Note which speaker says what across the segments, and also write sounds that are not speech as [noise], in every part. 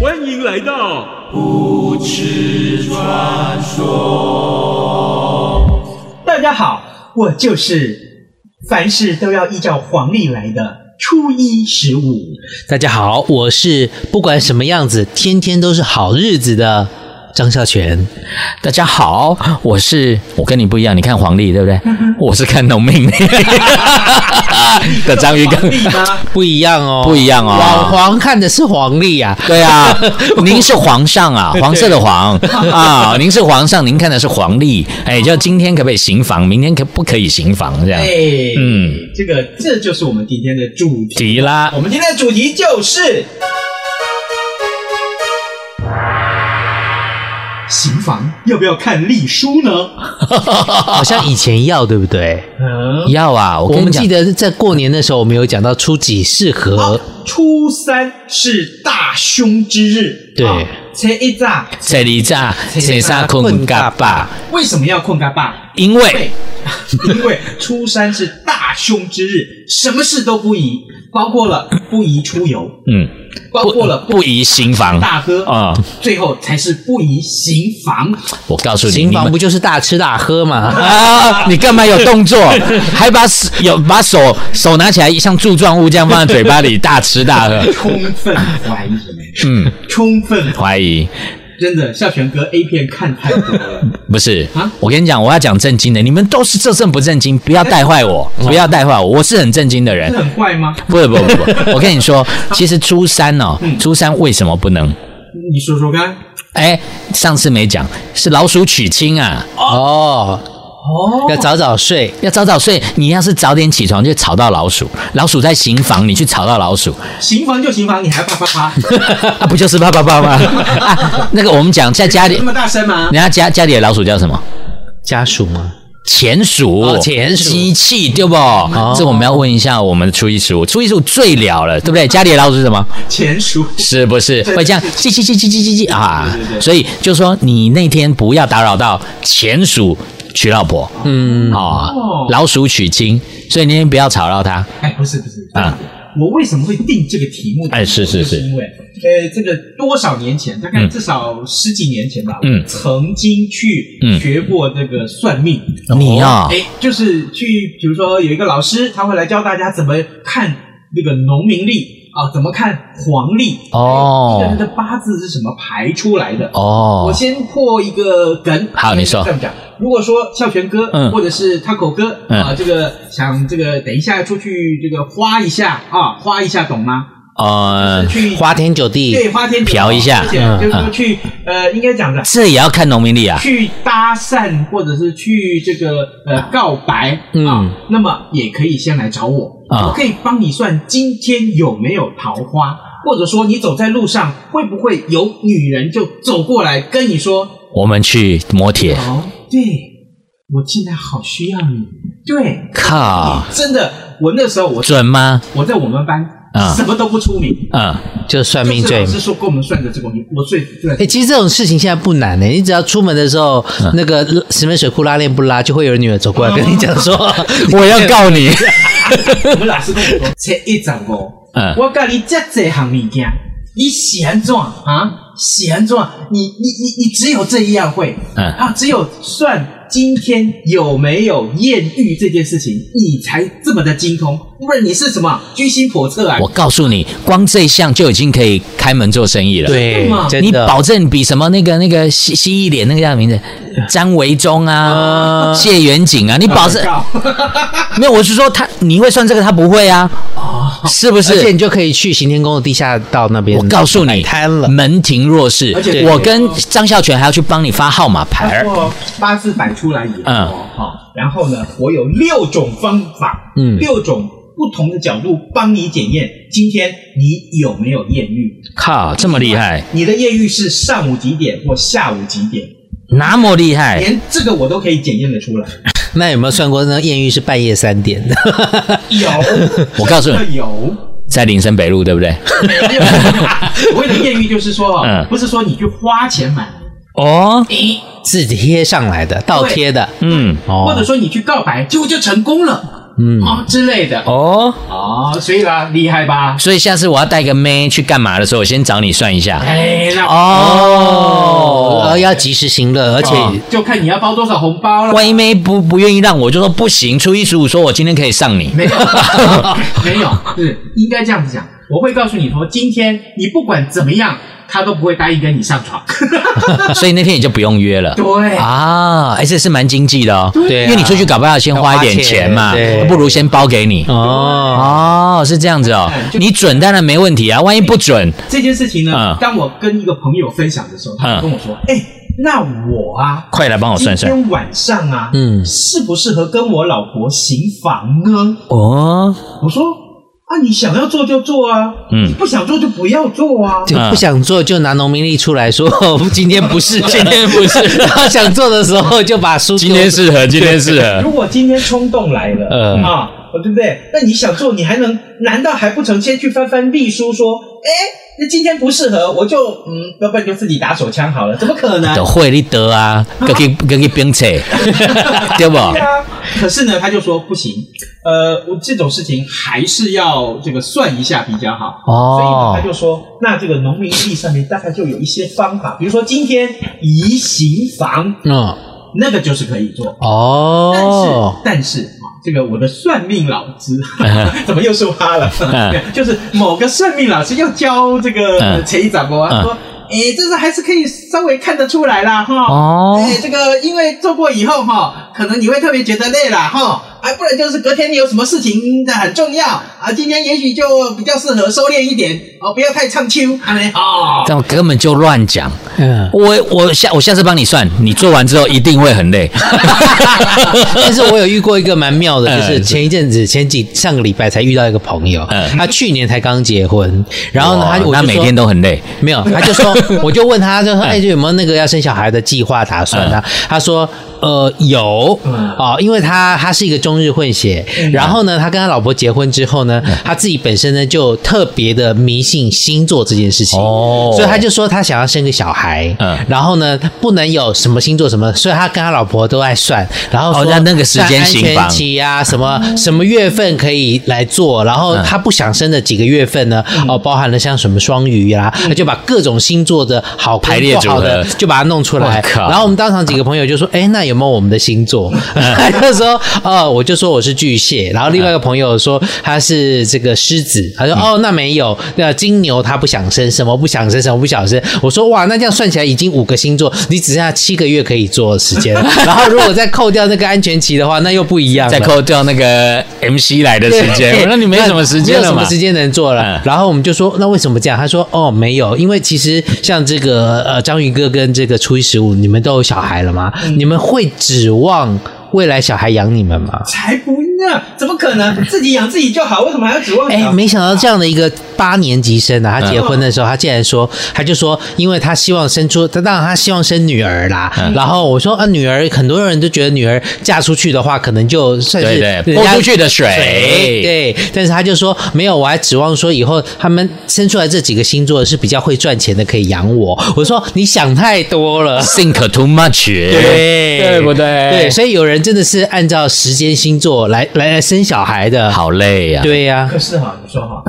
Speaker 1: 欢迎来到
Speaker 2: 大家好，我就是凡事都要依照黄历来的初一十五。
Speaker 3: 大家好，我是不管什么样子，天天都是好日子的张孝全。
Speaker 4: 大家好，我是我跟你不一样，你看黄历对不对？我是看农
Speaker 3: [laughs]
Speaker 4: 民的章鱼哥，
Speaker 3: 不一样哦，
Speaker 4: 不一样哦
Speaker 3: 老黄看的是黄历啊，
Speaker 4: 对
Speaker 3: [laughs]
Speaker 4: 啊，您是皇上啊，黄色的黄啊，您是皇上，您看的是黄历，哎，就今天可不可以行房，明天可不可以行房这样
Speaker 2: 哎？，
Speaker 4: 嗯，
Speaker 2: 这个这就是我们今天的主题。
Speaker 4: 提啦
Speaker 3: [laughs]
Speaker 2: 我，们今天的主题就是行房要不要看隶书呢？
Speaker 3: 好像以前要对不对？
Speaker 2: 嗯，
Speaker 4: 要啊，我
Speaker 3: 我
Speaker 4: 跟你
Speaker 3: 们
Speaker 4: 讲
Speaker 3: 记，得在过年的时候，我们有讲到初几适
Speaker 4: 哦
Speaker 3: 合，
Speaker 2: 初三是大凶之日，
Speaker 3: 对
Speaker 2: 啊，初一炸
Speaker 4: 这里炸，这啥困嘎巴，
Speaker 2: 为什么要困干爸？
Speaker 4: 因为。
Speaker 2: 因为初三是大凶之日，什么事都不宜，包括了不宜出游，
Speaker 4: 嗯，
Speaker 2: 包括了
Speaker 4: 不宜行房
Speaker 2: 大喝，
Speaker 4: 啊、
Speaker 2: 最后才是不宜行房。
Speaker 4: 我告诉你，
Speaker 3: 行
Speaker 4: 你
Speaker 3: 房
Speaker 4: 们
Speaker 3: 不就是大吃大喝嘛？
Speaker 4: 啊，你干嘛有动
Speaker 3: [laughs]
Speaker 4: 作？还把手有把手手拿起来，像柱状物这样放在嘴巴里，大吃大
Speaker 3: [laughs]
Speaker 4: 喝。
Speaker 2: 充分怀疑，
Speaker 4: 嗯，
Speaker 2: 充分
Speaker 4: 怀疑
Speaker 2: 真的，孝全哥 A 片看太多了。
Speaker 4: 不是
Speaker 2: 啊
Speaker 4: 我跟你讲，我要讲正经的，你们都是这正不正经，不要带坏
Speaker 3: [laughs]
Speaker 4: 我，
Speaker 3: 哦
Speaker 4: 不要带坏我，我是很正经的人
Speaker 2: 是。很坏吗？
Speaker 4: 不不不
Speaker 3: [laughs]
Speaker 4: 不，我跟你说，其实初三哦，
Speaker 3: 嗯
Speaker 4: 初三为什么不能？
Speaker 2: 你说说看。
Speaker 4: 哎，上次没讲，是老鼠娶亲啊。
Speaker 3: 哦，
Speaker 2: 哦
Speaker 3: 要早早睡，
Speaker 4: 要早早睡，你要是早点起床就吵到老鼠，老鼠在行房，你去吵到老鼠，
Speaker 2: 行房就行房，你还啪啪啪，
Speaker 4: 啊，不就是啪啪啪吗？啊，那个我们讲在家里
Speaker 2: [laughs] 那，么大声吗
Speaker 4: 人？家家家里的老鼠叫什么？
Speaker 3: 家属吗？
Speaker 4: 钱鼠，
Speaker 3: 哦钱鼠
Speaker 4: 机器对不？这我们要问一下我们的初一十五，初一十五最了了，对不对？家里的老鼠是什么？
Speaker 2: 前熟
Speaker 4: 是不是
Speaker 2: 对
Speaker 4: 会这样叽叽叽叽叽叽叽啊
Speaker 2: 对对对？
Speaker 4: 所以就说你那天不要打扰到钱鼠娶老婆，嗯，
Speaker 2: 哦
Speaker 4: 哦，老鼠娶亲，所以那天不要吵到它。
Speaker 2: 哎，不是不是
Speaker 4: 啊
Speaker 2: 我为什么会定这个题目呢？
Speaker 4: 哎是是是
Speaker 2: 就因为呃，这个多少年前，大概
Speaker 4: 嗯
Speaker 2: 至少十几年前吧，
Speaker 4: 嗯
Speaker 2: 曾经去
Speaker 4: 嗯
Speaker 2: 学过这个算命。
Speaker 4: 你啊
Speaker 2: 哎，就是去，比如说有一个老师，他会来教大家怎么看那个农民历啊，怎么看黄历，
Speaker 4: 哦
Speaker 2: 哎一个人的八字是什么排出来的。我
Speaker 4: 哦，
Speaker 2: 先破一个梗。
Speaker 4: 好你说
Speaker 2: 这样讲。如果说孝全哥，
Speaker 4: 嗯
Speaker 2: 或者是他狗哥啊、
Speaker 4: 嗯
Speaker 2: 这个想这个等一下出去这个花一下啊，花一下懂吗？
Speaker 4: 呃，
Speaker 2: 去
Speaker 3: 花天酒
Speaker 2: 对
Speaker 3: 地，
Speaker 2: 花天酒地
Speaker 4: 嫖一下
Speaker 2: 而且
Speaker 3: 嗯
Speaker 2: 就是说去、呃，应该讲的。
Speaker 4: 这也要看农民历啊。
Speaker 2: 去搭讪，或者是去这个呃告白、啊
Speaker 3: 嗯，
Speaker 2: 那么也可以先来找我，
Speaker 4: 啊
Speaker 2: 我可以帮你算今天有没有桃花，或者说你走在路上会不会有女人就走过来跟你说
Speaker 4: 我们去磨铁，
Speaker 2: 哦，对，我现在好需要你。对，
Speaker 4: 靠，
Speaker 2: 真的，我那时候我
Speaker 4: 准吗？
Speaker 2: 我在我们班、
Speaker 4: 啊
Speaker 2: 什么都不出名，
Speaker 4: 嗯，
Speaker 3: 就算
Speaker 2: 就
Speaker 3: 命
Speaker 2: 是
Speaker 3: 最
Speaker 2: 老师说给我们算的这个，我最对
Speaker 3: 哎、。其实这种事情现在不难呢、你只要出门的时候，
Speaker 2: 嗯
Speaker 3: 那个石门水库拉链不拉，就会有人女儿走过来跟你讲说，
Speaker 4: 我要告你。
Speaker 2: 我们老师跟我说，才一十五，
Speaker 4: 嗯
Speaker 2: 我教你这这项物件，你是安怎啊？是安怎？你你你你只有这一样会，
Speaker 4: 嗯
Speaker 2: 啊，只有算今天有没有艳遇这件事情，你才这么的精通，不然你是什么居心叵测啊？
Speaker 4: [laughs] 我告诉你，光这一项就已经可以开门做生意了。，
Speaker 3: 对，真
Speaker 4: 你
Speaker 3: 的，
Speaker 4: 保证比什么那个那个蜥蜥蜴脸那个叫什么名字，张维忠啊，谢远景啊，你保证
Speaker 2: 告。
Speaker 4: 没有？我是说他，你会算这个，他不会啊。是不
Speaker 3: 而且
Speaker 4: 是
Speaker 3: 你？就可以去行天宫的地下道那边，
Speaker 4: 我告诉
Speaker 3: 摆
Speaker 4: 你
Speaker 3: 摊，了。
Speaker 4: 门庭若市
Speaker 2: 而且。
Speaker 4: 我跟张孝全还要去帮你发号码牌
Speaker 2: 然
Speaker 4: 儿。
Speaker 2: 后八字摆出来以后，
Speaker 4: 嗯
Speaker 2: 哈、然后呢，我有六种方法，
Speaker 3: 嗯
Speaker 2: 六种不同的角度帮你检验今天你有没有艳遇，啊
Speaker 4: 靠，这么厉害，
Speaker 2: 你的艳遇是上午几点或下午几点，
Speaker 4: 那么厉害，
Speaker 2: 连这个我都可以检验得
Speaker 4: [laughs]
Speaker 2: 出来。
Speaker 3: 那有没有算过那艳遇是半夜三点的？ [laughs]
Speaker 2: 有，
Speaker 4: 我告诉你
Speaker 2: 真的有。
Speaker 4: 在林森北路对不对？
Speaker 2: 没有所谓的艳遇就是说，
Speaker 4: 嗯
Speaker 2: 哦，不是说你去花钱买，
Speaker 4: 哦，
Speaker 3: 自己贴上来的，倒贴的。
Speaker 4: 嗯，
Speaker 3: 哦
Speaker 2: 或者说你去告白，结果就成功了，嗯啊之类的。
Speaker 4: 哦，
Speaker 2: 哦，所以啦，厉害吧？
Speaker 4: 所以下次我要带个妹去干嘛的时候，我先找你算一下。
Speaker 2: 哎，那
Speaker 3: 哦，
Speaker 4: 哦
Speaker 3: 呃，，要及时行乐，而且
Speaker 4: 哦
Speaker 2: 就看你要包多少红包了。
Speaker 4: 万一妹不不愿意让我，就说不行，初一十五说我今天可以上你。 [laughs]
Speaker 2: 没有，没有，是应该这样子讲。我会告诉你说，今天你不管怎么样，他都不会答应跟你上
Speaker 4: [laughs]
Speaker 2: 床。
Speaker 4: 所以那天你就不用约
Speaker 3: [laughs]
Speaker 4: 了。
Speaker 2: 对，
Speaker 4: 啊，哎，这是蛮经济的哦，
Speaker 3: 对啊
Speaker 4: 因为你出去搞不好要先花一点
Speaker 3: 要花钱
Speaker 4: 钱嘛
Speaker 3: 对，
Speaker 4: 不如先包给你。
Speaker 3: 哦，
Speaker 4: 哦，是这样子哦
Speaker 2: 哎，就
Speaker 4: 你准当然没问题啊，万一不准，
Speaker 2: 这件事情呢
Speaker 4: 嗯，
Speaker 2: 当我跟一个朋友分享的时候，他就跟我说：“哎，那我啊，
Speaker 4: 快来帮我哦算算
Speaker 2: 今天晚上啊，
Speaker 3: 嗯
Speaker 2: 适不适合跟我老婆行房呢？
Speaker 4: 哦。
Speaker 2: 我说啊，你想要做就做啊，
Speaker 4: 嗯
Speaker 2: 你不想做就不要做啊。
Speaker 3: 就
Speaker 4: 嗯
Speaker 3: 不想做就拿农民力出来说，哦今天
Speaker 4: [laughs]
Speaker 3: 不是，
Speaker 4: 今天不是
Speaker 3: 然后想做的时候就把书，
Speaker 4: 今天适合，今天适合
Speaker 2: 如。果今天冲动来了，
Speaker 3: 嗯
Speaker 2: 啊，对不对？那你想做，你还能？难道还不成？先去翻翻秘书，说，哎，那今天不适合，我就嗯，要不然就自己打手枪好了，怎么可能？
Speaker 4: 的会你得啊，跟去跟去冰
Speaker 3: [laughs]
Speaker 4: 扯，对不？
Speaker 2: 对啊，可是呢，他就说不行，呃，我这种事情还是要这个算一下比较好。所以呢
Speaker 4: 哦
Speaker 2: 他，就说，那这个农民历上面大概就有一些方法，比如说今天移刑房，
Speaker 4: 哦
Speaker 3: 嗯，
Speaker 2: 那个就是可以做。但是、
Speaker 3: 哦，
Speaker 2: 但是啊，这个我的算命老师
Speaker 3: 哎
Speaker 2: [laughs] 怎么又说他了？
Speaker 4: 嗯
Speaker 2: [laughs] 就是某个算命老师又教这个
Speaker 3: 哎
Speaker 4: 嗯
Speaker 2: 陈一长国
Speaker 4: 嗯
Speaker 2: 说。哎，这是还是可以稍微看得出来啦，哈。
Speaker 4: 哦
Speaker 2: 哎，这个因为做过以后哈，可能你会特别觉得累啦，哈。哎，不然就是隔天你有什么事情的很重要啊，今天也许就比较适合收敛一点哦，不要太唱秋，啊，哦。
Speaker 4: 但我根本就乱讲。
Speaker 3: 嗯，
Speaker 4: 我我下我下次帮你算，你做完之后一定会很
Speaker 3: [laughs]
Speaker 4: 累。
Speaker 3: [laughs] 但是我有遇过一个蛮妙的，就
Speaker 4: 嗯
Speaker 3: 是
Speaker 4: 是
Speaker 3: 前一阵子前几上个礼拜才遇到一个朋友，
Speaker 4: 嗯
Speaker 3: 他去年才刚结婚，然后呢，
Speaker 4: 哇
Speaker 3: 他我
Speaker 4: 那
Speaker 3: 就
Speaker 4: 每
Speaker 3: 说
Speaker 4: 天都嗯很累。
Speaker 3: 没有，他
Speaker 4: [laughs]
Speaker 3: 就说，我就问他，就说，哎，就有没有那个要生小孩的计划打算啊？
Speaker 4: 嗯
Speaker 3: 他说，呃，有
Speaker 2: 嗯
Speaker 3: 哦，因为他他是一个中日混血，
Speaker 4: 嗯
Speaker 3: 然后呢，他跟他老婆结婚之后呢，他自己本身呢就特别的迷信星座这件事情，
Speaker 4: 哦
Speaker 3: 所以他就说他想要生个小孩
Speaker 4: 嗯，
Speaker 3: 然后呢不能有什么星座什么，所以他跟他老婆都爱算，然后
Speaker 4: 哦
Speaker 3: 说
Speaker 4: 在那个时间
Speaker 3: 算
Speaker 4: 行
Speaker 3: 安全
Speaker 4: 房
Speaker 3: 期啊，什么什么月份可以来做，然
Speaker 4: 嗯
Speaker 3: 后他不想生的几个月份呢，哦，包含了像什么双鱼啦，他就把各种星座的好
Speaker 4: 嗯
Speaker 3: 跟
Speaker 4: 排列
Speaker 3: 不好的
Speaker 4: 组合
Speaker 3: 就把它弄出来
Speaker 4: 我。靠
Speaker 3: 然后我们当场几个朋友就说：“哎，那有没有我们的星座？” [laughs] 那时候哦，我就说我是巨蟹，然后另外一个朋友说他是这个狮子，他说：“哦，那没有，那金牛他不想生，什么不想生，什么不想生。”我说：“哇，那这样算起来已经五个星座，你只剩下七个月可以做的时间。 [laughs] 然后如果再扣掉那个安全期的话，那又不
Speaker 4: [laughs]
Speaker 3: 一样了。”
Speaker 4: 再扣掉那个 MC 来的时
Speaker 3: 对
Speaker 4: 间，那你没什么时间
Speaker 3: 没有
Speaker 4: 了
Speaker 3: 什么
Speaker 4: 嘛？
Speaker 3: 时间能做了
Speaker 4: 嗯。
Speaker 3: 然后我们就说，那为什么这样？他说，哦，没有，因为其实像这个呃，章鱼哥跟这个初一十五，你们都有小孩了吗？
Speaker 4: 嗯
Speaker 3: 你们会指望未来小孩养你们吗？
Speaker 2: 才不呢，怎么可能？自己养自己就好，为什么还要指望小孩？
Speaker 3: [laughs] 哎，没想到这样的一个八年级生啊，
Speaker 4: 嗯
Speaker 3: 他结婚的时候，他竟然说，他就说，因为他希望生出，他当然他希望生女儿啦。
Speaker 4: 嗯
Speaker 3: 然后我说啊，女儿，很多人都觉得女儿嫁出去的话，可能就算是
Speaker 4: 对对
Speaker 3: 人家
Speaker 4: 泼出去的水
Speaker 3: 对，但是他就说没有，我还指望说以后他们生出来这几个星座是比较会赚钱的，可以养我。我说你想太多了。
Speaker 4: [laughs] Think too much，
Speaker 3: 对
Speaker 4: 对不 [laughs] 对？
Speaker 3: 对，所以有人真的是按照时间星座来来来生小孩
Speaker 4: [laughs]
Speaker 3: 的，
Speaker 4: 好累啊呀、
Speaker 3: 对呀、
Speaker 2: 可是哈，你说哈，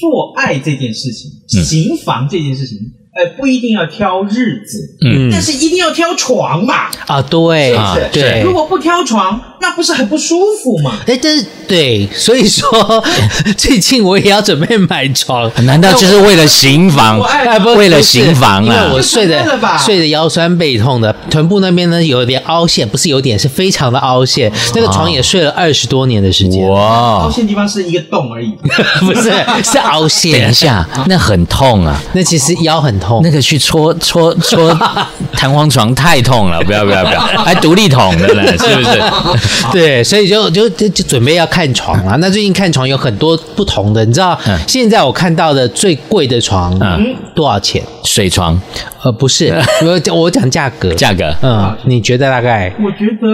Speaker 2: 做爱这件事情，
Speaker 4: 嗯
Speaker 2: 行房这件事情，呃，不一定要挑日子，
Speaker 4: 嗯
Speaker 2: 但是一定要挑床吧？
Speaker 3: 啊，对
Speaker 2: 是不是
Speaker 3: 对
Speaker 2: 如，果不挑床，那不是很不舒服吗？
Speaker 3: 哎，但是对，所以
Speaker 4: [laughs]
Speaker 3: 说最近我也要准备买床，
Speaker 4: 难道就是为了刑房
Speaker 2: 我？爱
Speaker 3: 哎不
Speaker 4: 为了
Speaker 3: 不是
Speaker 4: 刑房
Speaker 3: 因
Speaker 4: 啊
Speaker 3: 为我睡
Speaker 2: 就太累了吧
Speaker 3: 的睡的腰酸背痛的，臀部那边呢有点凹陷，不是有点，是非常的凹陷。那个床也睡了二十多年的时间，
Speaker 2: 凹
Speaker 4: 啊哇！
Speaker 2: 陷地方是一个洞而已，
Speaker 3: [laughs]
Speaker 4: [laughs]
Speaker 3: 不是是凹
Speaker 4: 等一
Speaker 3: 陷。
Speaker 4: 下，那很痛啊！
Speaker 3: 那其实腰很痛
Speaker 4: 那，个去搓搓
Speaker 3: [laughs]
Speaker 4: 搓弹簧床太痛了，不要不要不要，还独立筒的呢，是不
Speaker 3: [laughs]
Speaker 4: 是？
Speaker 3: 对，所以就就就就准备要看床了。那最近看床有很多不同的，你知道
Speaker 4: 嗯，
Speaker 3: 现在我看到的最贵的床
Speaker 4: 嗯
Speaker 3: 多少钱？
Speaker 4: 水床
Speaker 3: 呃，不
Speaker 4: [laughs]
Speaker 3: 是，我我讲价格，
Speaker 4: 价格
Speaker 3: 嗯，你觉得大概？
Speaker 2: 我觉得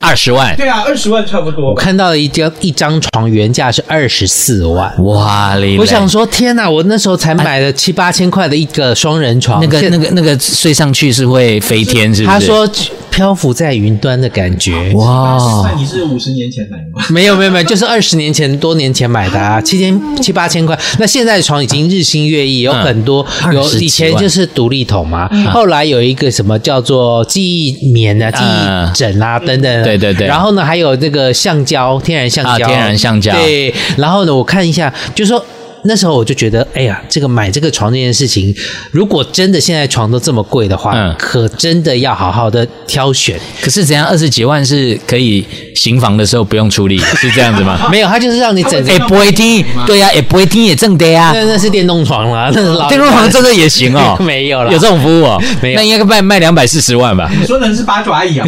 Speaker 4: 二十万，
Speaker 2: 对啊，二十万差不多
Speaker 3: 我。看到了一张一张床原价是二十四万。
Speaker 4: 哇嘞嘞！
Speaker 3: 我想说，天哪！我那时候才买了七八千块的一个双人床，
Speaker 4: 哎那个
Speaker 3: 现
Speaker 4: 那个那个睡上去是会飞天，是不是？
Speaker 3: 他说漂浮在云端的感觉。
Speaker 4: 哇
Speaker 2: 那，你是五十年前买的吗？ [laughs]
Speaker 3: 没有没有没有，就是二十年前、多年前买的啊，七千七八千块。那现在的床已经日新月异，有
Speaker 4: 嗯
Speaker 3: 很多，有
Speaker 4: 20
Speaker 3: 以前
Speaker 4: 几万嗯
Speaker 3: 就是独立筒嘛，后来有一个什么叫做记忆棉啊、记
Speaker 4: 嗯
Speaker 3: 忆枕啊等等。
Speaker 4: 对对对
Speaker 3: 然后呢，还有那个橡胶，天然橡
Speaker 4: 啊
Speaker 3: 胶，
Speaker 4: 天然橡胶
Speaker 3: 对，然后呢，我看一下，就说。那时候我就觉得，哎呀，这个买这个床这件事情，如果真的现在床都这么贵的话，
Speaker 4: 嗯
Speaker 3: 可真的要好好的挑选。
Speaker 4: 可是怎样？二十几万是可以行房的时候不用
Speaker 3: [laughs]
Speaker 4: 处理，是这样子吗？
Speaker 3: 没有，它就是让你整个
Speaker 4: 啊哎，不会听，对呀，也不会听也正的
Speaker 3: [laughs]
Speaker 4: 呀。
Speaker 3: 那那是电动床
Speaker 4: [laughs]
Speaker 3: 啦，那是老，
Speaker 4: 电动床真的也行哦
Speaker 3: [laughs] 没有啦
Speaker 4: 有这种服务哦，
Speaker 3: 没有
Speaker 4: 那应该卖卖两百四十万
Speaker 3: [laughs]
Speaker 4: 吧？
Speaker 2: 你说的是八爪
Speaker 4: [laughs]
Speaker 2: 椅啊？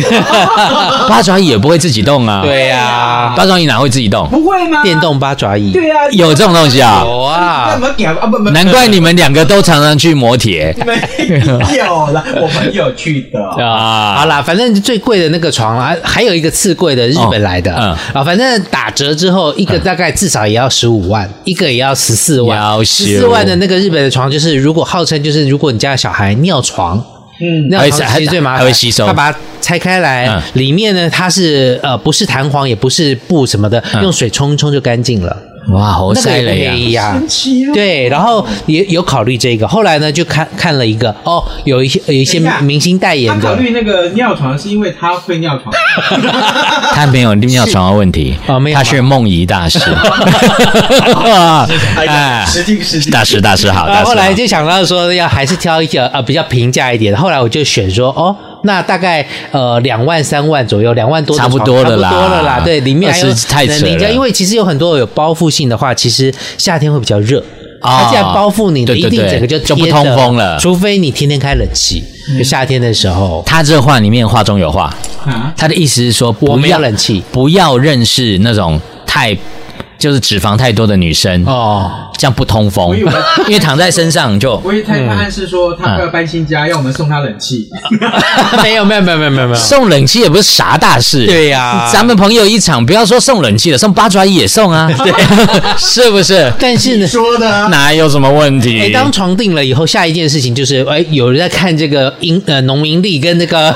Speaker 4: 八爪椅也不会自己动啊，，
Speaker 3: 对呀、
Speaker 4: 八爪椅哪会自己动？
Speaker 2: 不会吗？
Speaker 3: 电动八爪椅。
Speaker 2: 对啊，
Speaker 4: 有这种东西
Speaker 3: [laughs]
Speaker 4: 啊？
Speaker 3: 有
Speaker 2: 干
Speaker 3: 啊，
Speaker 2: 嘛屌啊？不不，
Speaker 4: 难怪你们两个都常常去磨铁
Speaker 2: 没 [laughs] 有了，我朋友
Speaker 4: [laughs]
Speaker 2: 去的。
Speaker 4: 啊。
Speaker 3: 好啦，反正最贵的那个床啊，还有一个次贵的日本来的，
Speaker 4: 哦
Speaker 3: 啊，反正打折之后一个大概至少也要十五万，一个也要十四
Speaker 4: 要
Speaker 3: 万，
Speaker 4: 修
Speaker 3: 十四万的那个日本的床，就是如果号称就是如果你家的小孩尿床。
Speaker 2: 嗯
Speaker 3: 尿
Speaker 4: 还
Speaker 3: 床
Speaker 4: 会
Speaker 3: 其实最麻烦，
Speaker 4: 还会吸收
Speaker 3: 他把它拆开来，
Speaker 4: 嗯
Speaker 3: 里面呢它是呃不是弹簧，也不是布什么的，
Speaker 4: 嗯
Speaker 3: 用水冲一冲就干净了。
Speaker 4: 哇，好
Speaker 3: 那个
Speaker 4: 塞
Speaker 3: 哎也不
Speaker 4: 雷
Speaker 3: 便宜
Speaker 4: 啊！
Speaker 3: 呀、
Speaker 2: 神奇哦
Speaker 3: 对，然后也有考虑这个，后来呢就看看了一个哦，有一些有一些
Speaker 2: 等一下
Speaker 3: 明星代言
Speaker 2: 他考
Speaker 3: 的
Speaker 2: 虑那个尿床是因为他会尿床，
Speaker 4: 他没有尿床的问题
Speaker 3: 哦没，有吗
Speaker 4: 他是梦遗
Speaker 3: [laughs]
Speaker 4: 大师。哎
Speaker 2: 失敬失敬
Speaker 4: 大师大师好，
Speaker 3: 然
Speaker 4: 大师
Speaker 3: 呃啊
Speaker 4: 啊好
Speaker 3: 后后来就想到说要还是挑一个呃比较平价一点的，后来我就选说哦，那大概呃两万三万左右，两万多的
Speaker 4: 差不多了啦
Speaker 3: 差不多了啦，对，里面还有
Speaker 4: 20太扯了
Speaker 3: 能凌驾因为其实有很多有包覆性的话，其实夏天会比较热。它既然包覆你
Speaker 4: 啊
Speaker 3: 的，
Speaker 4: 对对
Speaker 3: 一定
Speaker 4: 对
Speaker 3: 整个就
Speaker 4: 就不
Speaker 3: 贴着
Speaker 4: 通风了
Speaker 3: 除非你天天开冷气。就夏天的时
Speaker 2: 嗯
Speaker 3: 候，
Speaker 4: 他这话里面话中有话
Speaker 2: 啊，
Speaker 4: 他的意思是说，不
Speaker 3: 我没有
Speaker 4: 要
Speaker 3: 冷气
Speaker 4: 不要认识那种太就是脂肪太多的女生，
Speaker 3: 哦，
Speaker 4: 这样不通风
Speaker 2: 我以为，
Speaker 4: [laughs] 因为躺在身上就
Speaker 2: 我以为他他暗示说他快要搬新家，要我们送他冷气。
Speaker 3: 嗯没有没有没有没有没有没有，
Speaker 4: 送冷气也不是啥大事。
Speaker 3: 对呀
Speaker 4: 咱们朋友一场，不要说送冷气了，送八爪椅也送
Speaker 3: [laughs]
Speaker 4: 啊， [laughs] 是不是？
Speaker 3: 但是呢，
Speaker 2: 说的啊
Speaker 4: 哪有什么问题？
Speaker 3: 哎，当床定了以后，下一件事情就是，哎，有人在看这个英呃农民历跟那
Speaker 4: [laughs]
Speaker 3: 个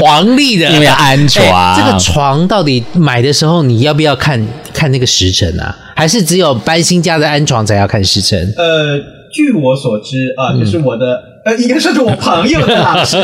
Speaker 3: 黄历的，
Speaker 4: 因为要安啊床
Speaker 3: 哎这个床到底买的时候，你要不要看看那个时辰啊？还是只有搬新家的安床才要看时辰？
Speaker 2: 呃，据我所知啊，
Speaker 3: 嗯
Speaker 2: 就是我的、呃，应该算是我朋友的老
Speaker 3: [laughs]
Speaker 2: 师，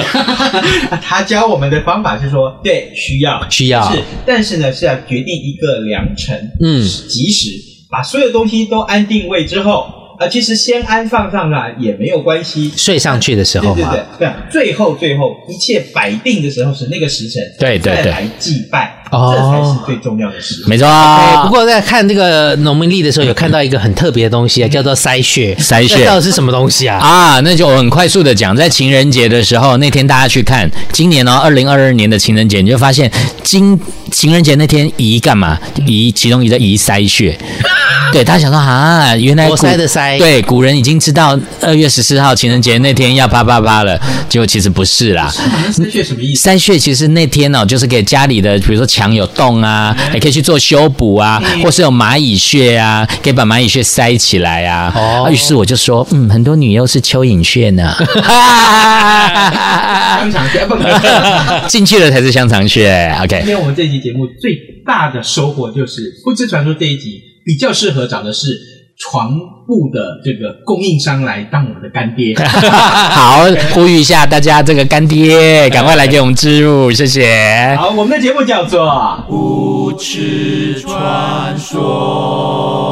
Speaker 2: 他教我们的方法是说，对，需要
Speaker 3: 需要
Speaker 2: 是，但是呢是要决定一个良辰，
Speaker 3: 嗯
Speaker 2: 及时把所有东西都安定位之后，啊，其实先安放上来也没有关系。
Speaker 3: 睡上去的时
Speaker 2: 对
Speaker 3: 候
Speaker 2: 对
Speaker 3: 嘛
Speaker 2: 对，，对，最后最后一切摆定的时候是那个时辰，
Speaker 4: 对对对
Speaker 2: 再来祭拜，
Speaker 3: 哦
Speaker 2: 这才是最重要的事。
Speaker 4: 没错
Speaker 3: 哎，
Speaker 4: [laughs] 啊。
Speaker 3: 不过在看这个农民历的时候，有看到一个很特别的东西啊，叫做筛穴。
Speaker 4: 筛穴
Speaker 3: 这到底是什么东西啊？
Speaker 4: 啊，那就我很快速的讲，在情人节的时候，那天大家去看，今年哦，二零二二年的情人节，你就发现今情人节那天移干嘛？移其中一个移塞
Speaker 3: [laughs]
Speaker 4: 穴，对他想说啊，原来
Speaker 3: 活
Speaker 4: 古
Speaker 3: 塞的塞
Speaker 4: 对古人已经知道二月十四号情人节那天要啪啪啪了，结果其实不是啦，
Speaker 2: 那是学什么意思？
Speaker 4: 三穴其实那天哦，就是给家里的，比如说墙有洞啊，也可以去做修补啊，或是有蚂蚁穴啊，可以把蚂蚁穴塞起来啊。
Speaker 3: 哦
Speaker 4: 啊于是我就说，嗯，很多女优是蚯蚓穴呢，
Speaker 2: 当场学，啊不不不
Speaker 4: [laughs] 进去了才是香肠穴。
Speaker 2: 今
Speaker 4: OK，
Speaker 2: 天我们这期节目最大的收获就是《不知传说》这一集比较适合找的是床布的这个供应商来当我们的干爹。
Speaker 4: 好，呼吁一下大家，这个干爹赶快来给我们植入，谢谢。
Speaker 2: 好，我们的节目叫做。
Speaker 5: 无耻传说。